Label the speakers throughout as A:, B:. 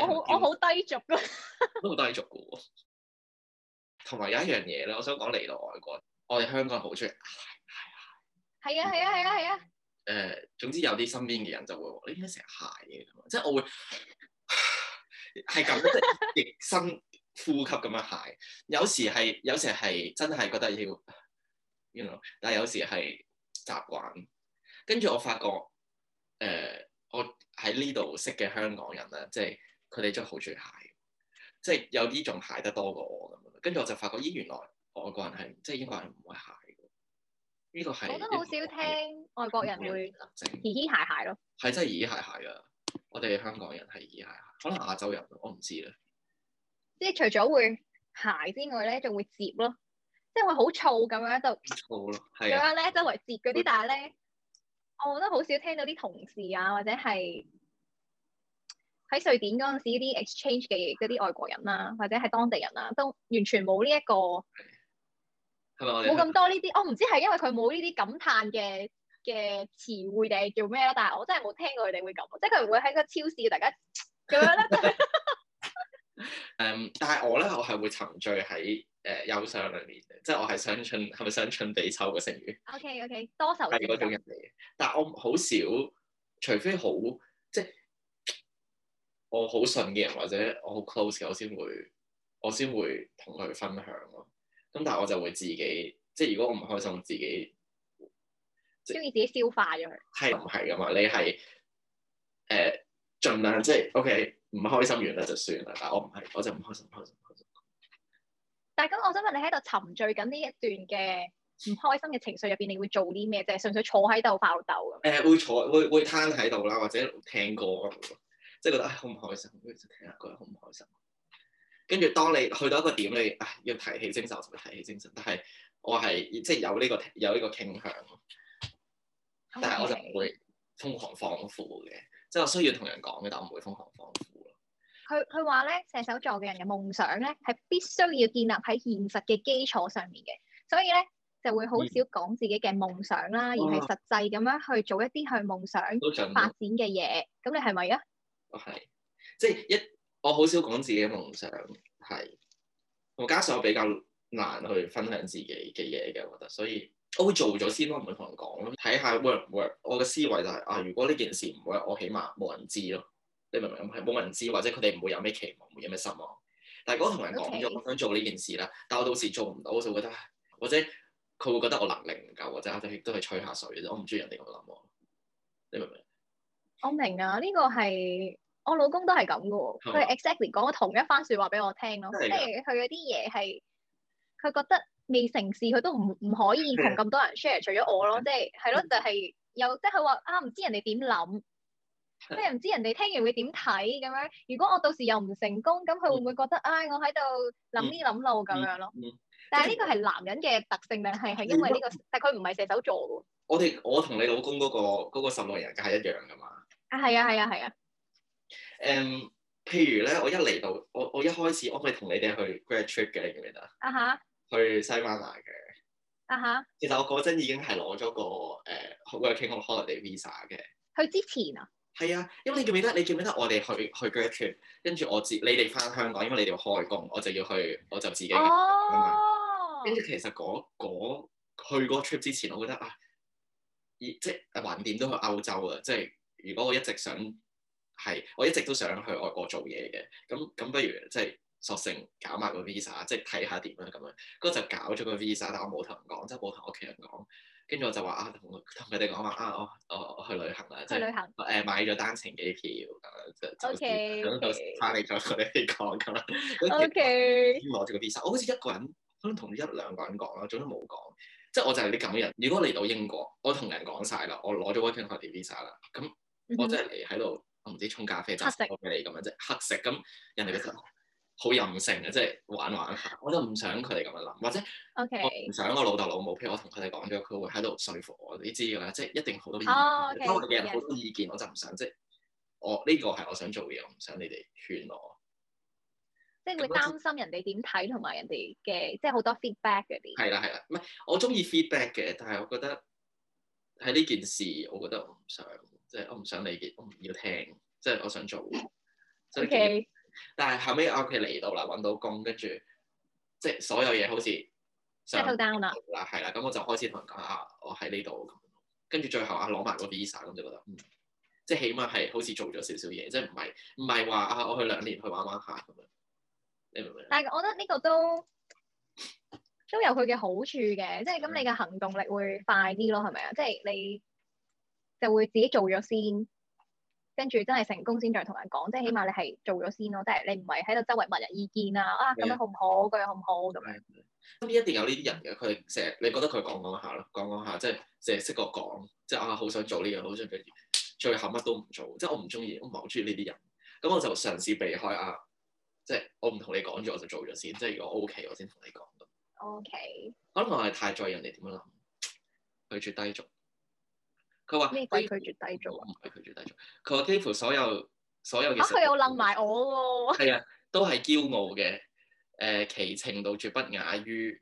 A: 我好我好低俗噶，
B: 都好低俗嘅喎。同埋有一樣嘢咧，我想講嚟到外國，我哋香港人好中意，誒、
A: 係啊係啊係啊係啊，
B: 呃，總之有啲身邊嘅人就會話：你點解成日鞋嘅咁啊樣？即係我會 係咁，即係逆身呼吸咁樣鞋。有時係，有時係真係覺得要，you know，但係有時係習慣。跟住我發覺，誒、我喺呢度識嘅香港人咧，即係佢哋真係好中意鞋。即係有啲仲鞋得多過我咁樣。跟住我就發覺，咦，原來外國人係即係英國人唔會鞋嘅。呢個係啊
A: 我都好少聽外國人會
B: 正
A: 嘻嘻鞋鞋咯。
B: 係真係以鞋鞋噶。啊我哋香港人係以鞋鞋，可能亞洲人啊我唔知啦。
A: 即係除咗會鞋之外咧，仲會摺咯，即係會好燥咁樣就
B: 好咯，係
A: 咁
B: 啊，
A: 樣咧周圍摺嗰啲，但係咧，我覺得好少聽到啲同事啊或者係喺瑞典嗰陣時啲 exchange 嘅嗰啲外國人啦、或者係當地人啦、都完全冇呢一個
B: 係咪我
A: 啊
B: 哋
A: 冇咁多呢啲，我哦唔知係因為佢冇呢啲感嘆嘅嘅詞彙定係做咩啦，但係我真係冇聽過佢哋會咁，即係佢哋會喺個超市大家咁樣咧， 即係
B: 誒？嗯但係我咧，我係會沉醉喺誒憂傷裏面嘅，即係我係傷春，係咪傷春悲秋嘅成語？
A: OK OK 多愁善
B: 係嗰種
A: 感，
B: 人嚟嘅。但我好少，除非好即係我好信嘅人或者我好 close 嘅，我先會我先會同佢分享咯。咁但係我就會自己，即係如果我唔開心，我自己
A: 中意自己消化咗佢。
B: 係唔係噶嘛？你係誒、呃、盡量即係 OK，唔開心完啦就算啦。但我唔係，我就唔開心，唔開心，唔開心。
A: 但係咁，我想問你喺度沉醉緊呢一段嘅唔開心嘅情緒入邊，你會做啲咩啫？純粹坐喺度爆豆咁。
B: 誒、呃會坐會會攤喺度啦，或者聽歌咁咯，即係覺得唉好唔開心，跟住就聽下歌好唔開心。跟住當你去到一個點，你唉要提起精神，就提起精神。但係我係即係有呢、個有呢個傾向，但係我就唔
A: OK
B: 會瘋狂放負嘅，即係我需要同人講嘅，但我唔會瘋狂放負咯。
A: 佢佢話咧，射手座嘅人嘅夢想咧係必須要建立喺現實嘅基礎上面嘅，所以咧就會好
B: 嗯
A: 少講自己嘅夢想啦，而係
B: 哇嗯
A: 實際咁樣去做一啲去夢想
B: 都準
A: 發
B: 嘅，
A: 展嘅嘢。咁你係咪啊？
B: 我係即係一我好少講自己嘅夢想係，我加上我比較難去分享自己嘅嘢嘅，我覺得，所以我會做咗先咯，唔會同人講咯，睇下 work 唔 work。我嘅思維就係、啊，如果呢件事唔 work，我起碼冇人知咯。你明唔明？係冇人知，或者佢哋唔會有咩期望，唔會有咩失望。但係如果同人講
A: OK
B: 咗我想做呢件事啦，但我到時做唔到，我就會覺得，唉或者佢會覺得我能力唔夠，或者我哋都係吹下水啫。我唔中意人哋咁諗我，你明唔明？
A: 我明啊，呢、個係我老公都係咁嘅喎，
B: 係
A: 佢係 exactly 講咗同一番説話俾我聽咯，即
B: 真係啊
A: 係
B: 㗎
A: 佢嗰啲嘢係佢覺得未成事，佢都唔唔可以同咁多人 share，除咗我咯，即係係咯，就係、有即係佢話啊，唔知人哋點諗，即係唔知人哋聽完會點睇咁樣。如果我到時又唔成功，咁佢會唔會覺得唉、我喺度諗呢諗路咁樣咯？
B: 嗯嗯
A: 但係呢個係男人嘅特性定係係因為呢、個，但係佢唔係 射手座嘅喎。
B: 我哋我同你老公嗰、個嗰、個十六人格係一樣噶嘛？
A: 啊，係啊，係啊，係啊，
B: 誒、譬如咧，我一嚟到，我我一開始我咪同你哋去 grad trip 嘅，你記唔記得？
A: 啊嚇，
B: 去西班牙嘅。
A: 啊嚇，
B: 其實我嗰陣已經係攞咗個誒、working holiday visa 嘅。
A: 佢之前啊。
B: 係啊，因為你記唔記得？你記唔記得我哋去去 grad trip，跟住我自你哋翻香港，因為你哋要開工，我就要去，我就自己。
A: 哦，
B: 跟住其實嗰嗰去嗰 trip 之前，我覺得啊，以即係橫掂都去歐洲啊！即係如果我一直想係，我一直都想去外國做嘢嘅，咁咁不如即係索性搞埋個 visa，即係睇下點啦咁樣。嗰就搞咗個 visa，但我冇同人講，即係冇同屋企人講。跟住我就話啊，同同佢哋講話啊，我我我去旅行啦，即
A: 去
B: 係
A: 旅行。
B: 誒買咗單程機票咁樣，就
A: OK，
B: 就到
A: OK
B: 翻嚟再同你哋講咁啦。跟住
A: O K，
B: 已經攞咗個 visa，我好似一個人，可能同一兩個人講啦，總之冇講。即係我就係啲咁嘅人。如果嚟到英國，我同人講晒啦，我攞咗 working holiday visa 啦，咁我真係嚟喺度，我唔知沖咖啡、
A: 黑食
B: 揸我俾你咁樣啫，黑食咁人哋覺得好任性嘅，即係玩玩下。我就唔想佢哋咁樣諗，或者
A: O
B: 我
A: K，
B: 唔想我老豆老母，譬如我同佢哋講咗，佢會喺度說服我，你知㗎啦，即係一定好多意見，
A: 哦，OK，
B: 周圍嘅人好多意見，我就唔想即係我呢個係我想做嘅，我唔想你哋勸我。
A: 即係會擔心人哋點睇同埋人哋嘅，即係好多 feedback 嗰啲。
B: 係啦係啦，唔係我中意 feedback 嘅，但係我覺得喺呢件事，我覺得我唔想，即係我唔想理解，我唔要聽，即係我想做。真係幾
A: OK，
B: 但係後尾我屋企嚟到啦，揾到工，跟住即係所有嘢好似
A: 即係 down 啦。
B: 啦，係啦，咁我就開始同人講啊，我喺呢度咁，跟住最後啊攞埋個 visa，咁就覺得嗯，即係起碼係好似做咗少少嘢，即係唔係唔係話啊我去兩年去玩玩下咁樣，你明唔明啊？
A: 但係我覺得呢個都都有佢嘅好處嘅，即
B: 嗯
A: 係咁你嘅行動力會快啲咯，係咪啊？即係你就會自己做咗先，跟住真係成功先再同人講，即係起碼你係做咗先咯，即係你唔係喺度周圍問人意見啊，啊咁
B: 係
A: 樣
B: 啊
A: 好唔好，嗰樣好唔好咁樣。
B: 身邊一定有呢啲人嘅，佢哋成日你覺得佢講講下咯，講講下即係成日識個講，即係啊好想做呢樣，好想做呢樣，最後乜都唔做，即係我唔中意，我唔係好中意呢啲人，咁我就嘗試避開啊，即係我唔同你講咗，我就做咗先，即係如果 OK 我先同你講。
A: O K，
B: 可能我係太在意人哋點樣諗，拒絕低俗。佢話
A: 咩鬼拒絕低俗啊？
B: 唔係拒絕低俗。佢話幾乎所有所有嘅
A: 啊，
B: 成
A: 佢又冧埋我喎，
B: 係啊，都係驕傲嘅。誒、其程度絕不亞於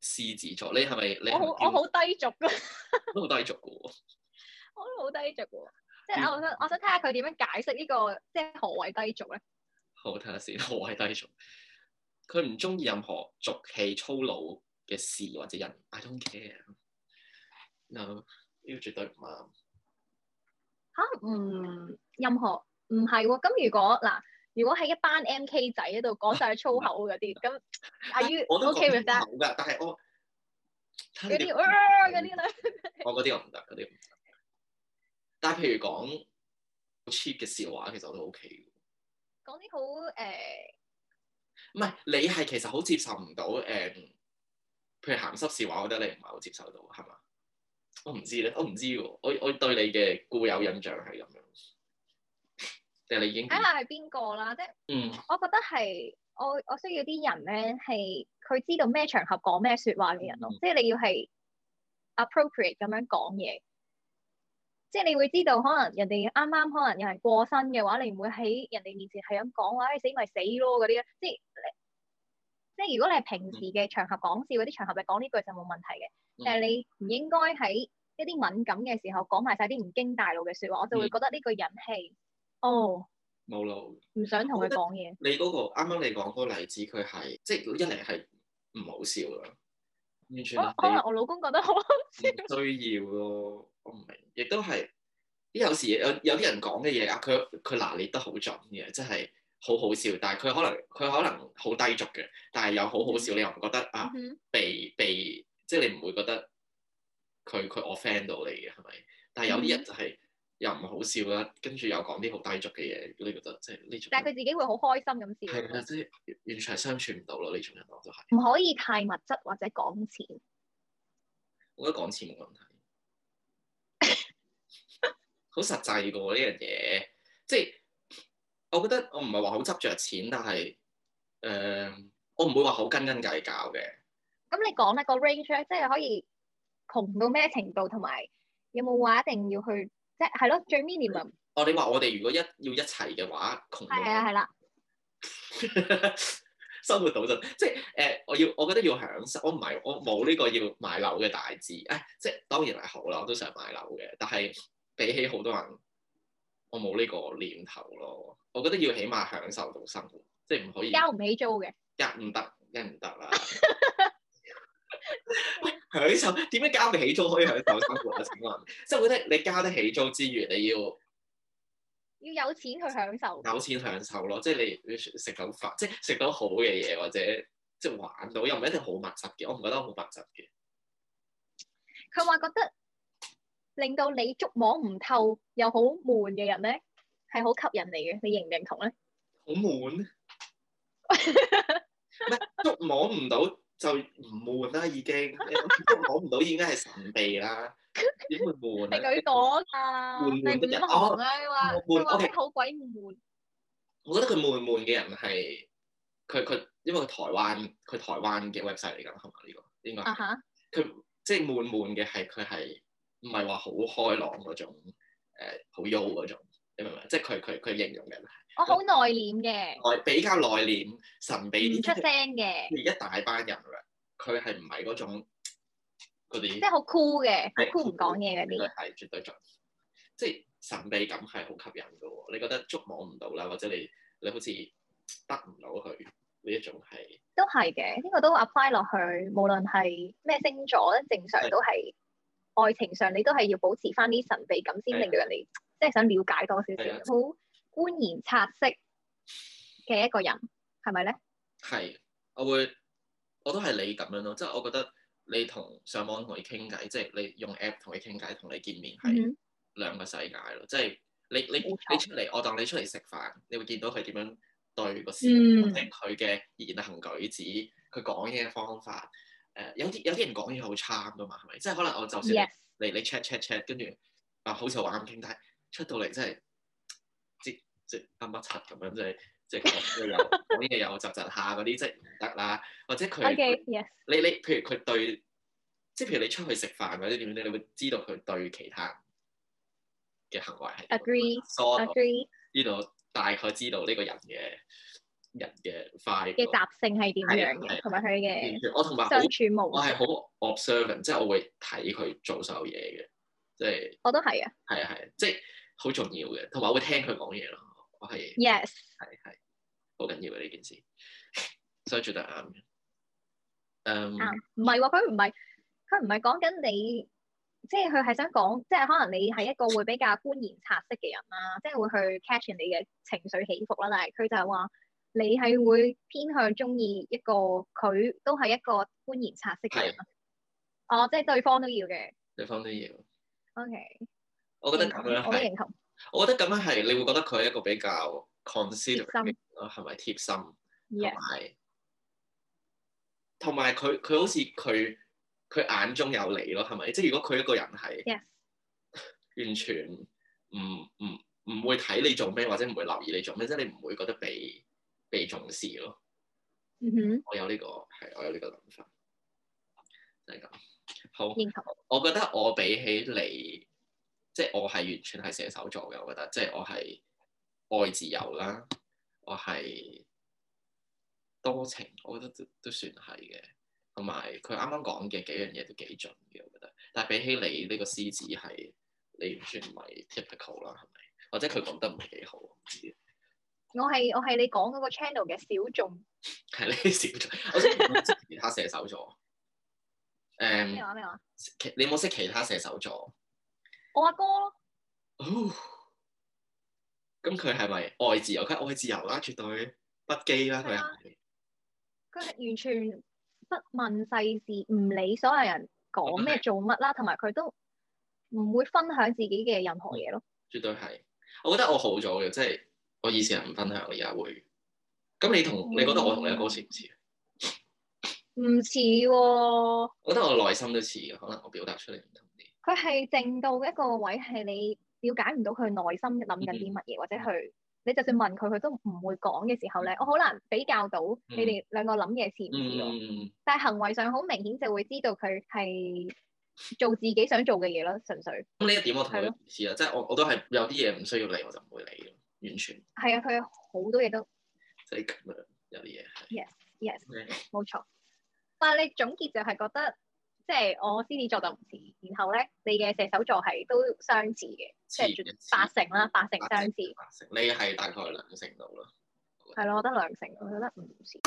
B: 獅子座。你係咪
A: 我
B: 你係
A: 好
B: 咪
A: 我好低俗㗎，
B: 都好低俗嘅喎？
A: 我都好低俗喎。即
B: 嗯
A: 係我想我想睇下佢點樣解釋呢個即係何謂低俗咧？
B: 好睇下先，我係低俗。佢唔中意任何俗氣粗魯嘅事或者人。I don't care。No，呢個絕對唔啱。
A: 吓，唔任何唔係喎。咁如果嗱，如果喺一班 M K 仔喺度講晒粗口嗰啲， 咁 are you
B: 我都
A: OK
B: 講
A: with
B: 得
A: that？
B: 好㗎，但係我睇
A: 嗰
B: 你哋
A: 啲呃嗰啲咧，
B: 我嗰啲我唔得，嗰啲我唔得。但係譬如講 cheap 嘅笑話，其實我都 OK 嘅。
A: 講啲好呃誒
B: 唔係你係其實好接受唔到誒，譬如鹹濕笑話，我覺得你唔係好接受到，係嘛？我唔知咧，我唔知喎。我我對你嘅固有印象係咁樣，定係你已經
A: 睇下係邊個啦。即係
B: 嗯
A: 我覺得係我我需要啲人咧係佢知道咩場合講咩説話嘅人咯
B: 嗯。
A: 即係你要係 appropriate 咁樣講嘢。即係你會知道，可能人哋啱啱可能有人過身嘅話，你唔會喺人哋面前係咁講話，唉、死咪死咯嗰啲咧。即係即係如果你係平時嘅場合講笑嗰啲場合，你講呢句就冇問題嘅。
B: 嗯
A: 但係你唔應該喺一啲敏感嘅時候講埋晒啲唔經大腦嘅説話，我就會
B: 嗯
A: 覺得呢個人係哦
B: 冇路。
A: 唔想同佢講嘢。
B: 你嗰、個啱啱你講嗰個例子，佢係即係一嚟係唔好笑啦，完全
A: 可可
B: 係
A: 能我老公覺得好，
B: 唔需要咯，我唔明，亦都係有時有有啲人講嘅嘢啊，佢佢拿捏得好準嘅，即係好好笑，但係佢可能佢可能好低俗嘅，但係又好好笑，你又唔覺得
A: Ừ 嗯
B: 啊被被即係你唔會覺得佢佢 offend 到你嘅係咪？但係有啲
A: 嗯
B: 人就係又唔好笑啦，跟住又講啲好低俗嘅嘢，你覺得即係呢種
A: 但係佢自己會好開心
B: 係
A: 咁
B: 啦，
A: 笑。
B: 即係完全係相處唔到咯呢種人，我都
A: 唔
B: 係，
A: 可以太物質或者講錢，
B: 我覺得講錢冇問題，好實際嘅喎呢樣嘢，即係我覺得我唔係話好執着錢，但係誒、我唔會話好斤斤計較嘅。
A: 咁你講咧個 range 咧，即係可以窮到咩程度，同埋有冇話一定要去，即係係咯最 minimum
B: 哦，你話我哋如果一要一齊嘅話，窮
A: 係啊
B: 到
A: 係啦，
B: 生活到就即係誒、我要我覺得要享受，我唔係我冇呢個要買樓嘅大志，誒、即係當然係好啦，我都想買樓嘅，但係比起好多人，我冇呢個念頭咯。我覺得要起碼享受到生活，即係唔可以
A: 交唔起租嘅。
B: 一唔得一唔得啦。 喂，享受點樣交得起租可以享受生活啊？請問，即係我覺得你交得起租之餘，你要。
A: 要有錢去享受。
B: 有錢享受咯，即係你你食到飯，即係食到好嘅嘢，或者即係玩到，又唔一定好物質嘅，我唔覺得好物質嘅。
A: 佢話覺得令到你捉摸唔透又好悶嘅人咧，係好吸引你嘅，你認唔認同咧？
B: 好 悶，唔係捉摸唔到就唔悶啦，已經你捉摸唔到已經係神秘 啦，點會悶
A: 係
B: 啊？
A: 佢講㗎，
B: 悶悶
A: 你
B: 的人
A: 唔同啊！佢話
B: 哦悶
A: 佢話
B: OK
A: 真係好鬼悶，
B: 我覺得佢悶悶嘅人係佢佢，因為佢台灣佢台灣嘅 website 嚟㗎嘛，係嘛呢個應該係
A: 啊哈，
B: 佢即係悶悶嘅係佢係唔係話好開朗嗰種誒好憂嗰種，你明唔啊明？即係佢佢佢形容嘅
A: 我好內斂嘅，
B: 內比較內斂神秘
A: 唔出
B: 啲，
A: 聲嘅，
B: 佢一大班人啦，佢係唔係嗰種嗰
A: 即
B: 啲
A: 係好酷嘅，好
B: 係
A: 酷唔講嘢嗰
B: 絕對
A: 啲。
B: 係絕對準，即係神秘感係好吸引嘅喎。你覺得觸摸唔到啦，或者你你好似得唔到佢呢一種係
A: 都係嘅，呢個都 apply 落去，無論係咩星座咧，正常都係愛情上你都係要保持翻啲神秘感，先
B: 係啊
A: 令到人哋即係想了解多少
B: 係啊
A: 少，好官然察色嘅一個人，係咪咧？
B: 係，我會我都係你咁樣咯，即係我覺得你同上網同佢傾偈，即係你用 app 同佢傾偈，同你見面係。
A: 嗯
B: 兩個世界咯，即係你你
A: 冇錯
B: 你出嚟，我當你出嚟食飯，你會見到佢點樣對個事，
A: 嗯
B: 或者佢嘅言行舉止，佢講嘢嘅方法。誒、有啲有啲人講嘢好差噶嘛，係咪？即係可能我就算你
A: ，yes，
B: 你你 check check check，跟住啊好似話咁傾，但係出到嚟真係即即啱乜柒咁樣，即係即係講嘢又講嘢又窒窒下嗰啲，即係唔得啦。或者佢
A: OK，yes，
B: 你你譬如佢對，即係譬如你出去食飯或者點樣咧，你會知道佢對其他人嘅行為係點
A: Agree，
B: 疏導
A: agree
B: 呢度大概知道呢個人嘅人嘅快
A: 嘅習性係點樣
B: 係啊係啊
A: 嘅，同埋佢嘅
B: 我同埋好
A: 相處模
B: 我係
A: 式，
B: 好 observant，即係我會睇佢做所有嘢嘅，即係
A: 我都係啊
B: 係啊係啊，即係好重要嘅，同埋我會聽佢講嘢咯，我係
A: ，yes，
B: 係係好緊要嘅呢件事，所以絕對啱嘅。嗯，
A: 啱，唔係喎，佢唔係佢唔係講緊你。即係佢係想講，即係可能你係一個會比較官然察色嘅人啦，即係會去 catch 人哋嘅情緒起伏啦。但係佢就係話你係會偏向中意一個佢都係一個官然察色嘅人啦。哦，即係對方都要嘅。
B: 對方都要，
A: OK，
B: 我覺得咁樣
A: 嗯我都
B: 係。
A: 認同。
B: 我覺得咁樣係，你會覺得佢係一個比較
A: 貼
B: considerate
A: 心
B: 咯，係咪貼心？同
A: Yes，
B: 埋同埋佢佢好似佢佢眼中有你咯，係咪？即係如果佢一個人係
A: Yes
B: 完全唔唔唔會睇你做咩，或者唔會留意你做咩，即係你唔會覺得被被重視咯。
A: 嗯哼，
B: 我有呢、個係，我有呢個諗法，就係、咁。好，
A: 認同。
B: 我覺得我比起你，即係我係完全係射手座嘅，我覺得，即係我係愛自由啦，我係多情，我覺得都都算係嘅。同埋佢啱啱講嘅幾樣嘢都幾準嘅，我覺得。但係比起你呢個獅子係，你完全唔係 typical 啦，係咪？或者佢講得唔係幾好，我唔知。
A: 我係我係你講嗰個 channel 嘅小眾。
B: 係你少咗，我想問其他射手座。誒、
A: 咩話咩話？
B: 其你有冇識其他射手座？
A: 我阿哥咯，
B: 哦，咁佢係咪愛自由？佢係愛自由啦，絕對不羈啦，佢
A: 係啊
B: 係
A: 佢係完全不問世事，唔理所有人講咩做乜啦，同埋佢都唔會分享自己嘅任何嘢咯。
B: 絕對係。我覺得我好咗嘅，即係我以前係唔分享，而家會。咁你
A: 嗯
B: 同你覺得我同你阿哥似唔似？
A: 唔似喎，
B: 我覺得我內心都似嘅，可能我表達出嚟唔同啲。
A: 佢係靜到一個位係你了解唔到佢內心諗緊啲乜嘢，或者佢你就算問佢，佢都唔會講嘅時候咧，我好難比較到你哋兩個諗嘢似唔似咯。
B: 嗯，
A: 但係行為上好明顯就會知道佢係做自己想做嘅嘢咯，純粹
B: 咁呢一點我同
A: 係
B: 佢
A: 咯
B: 似啊，即係我我都係有啲嘢唔需要理，我就唔會理咯，完全
A: 係啊，佢好多嘢都
B: 即係咁樣有啲嘢係。
A: yes yes
B: 嗯
A: 冇錯。但係你總結就係覺得，即係我獅子座就唔似，然後咧你嘅射手座係都相似嘅，即係
B: 似嘅
A: 絕八成啦，八成相似，
B: 八成你係大概兩成度啦。
A: 係咯，我覺得兩成，我覺得唔似。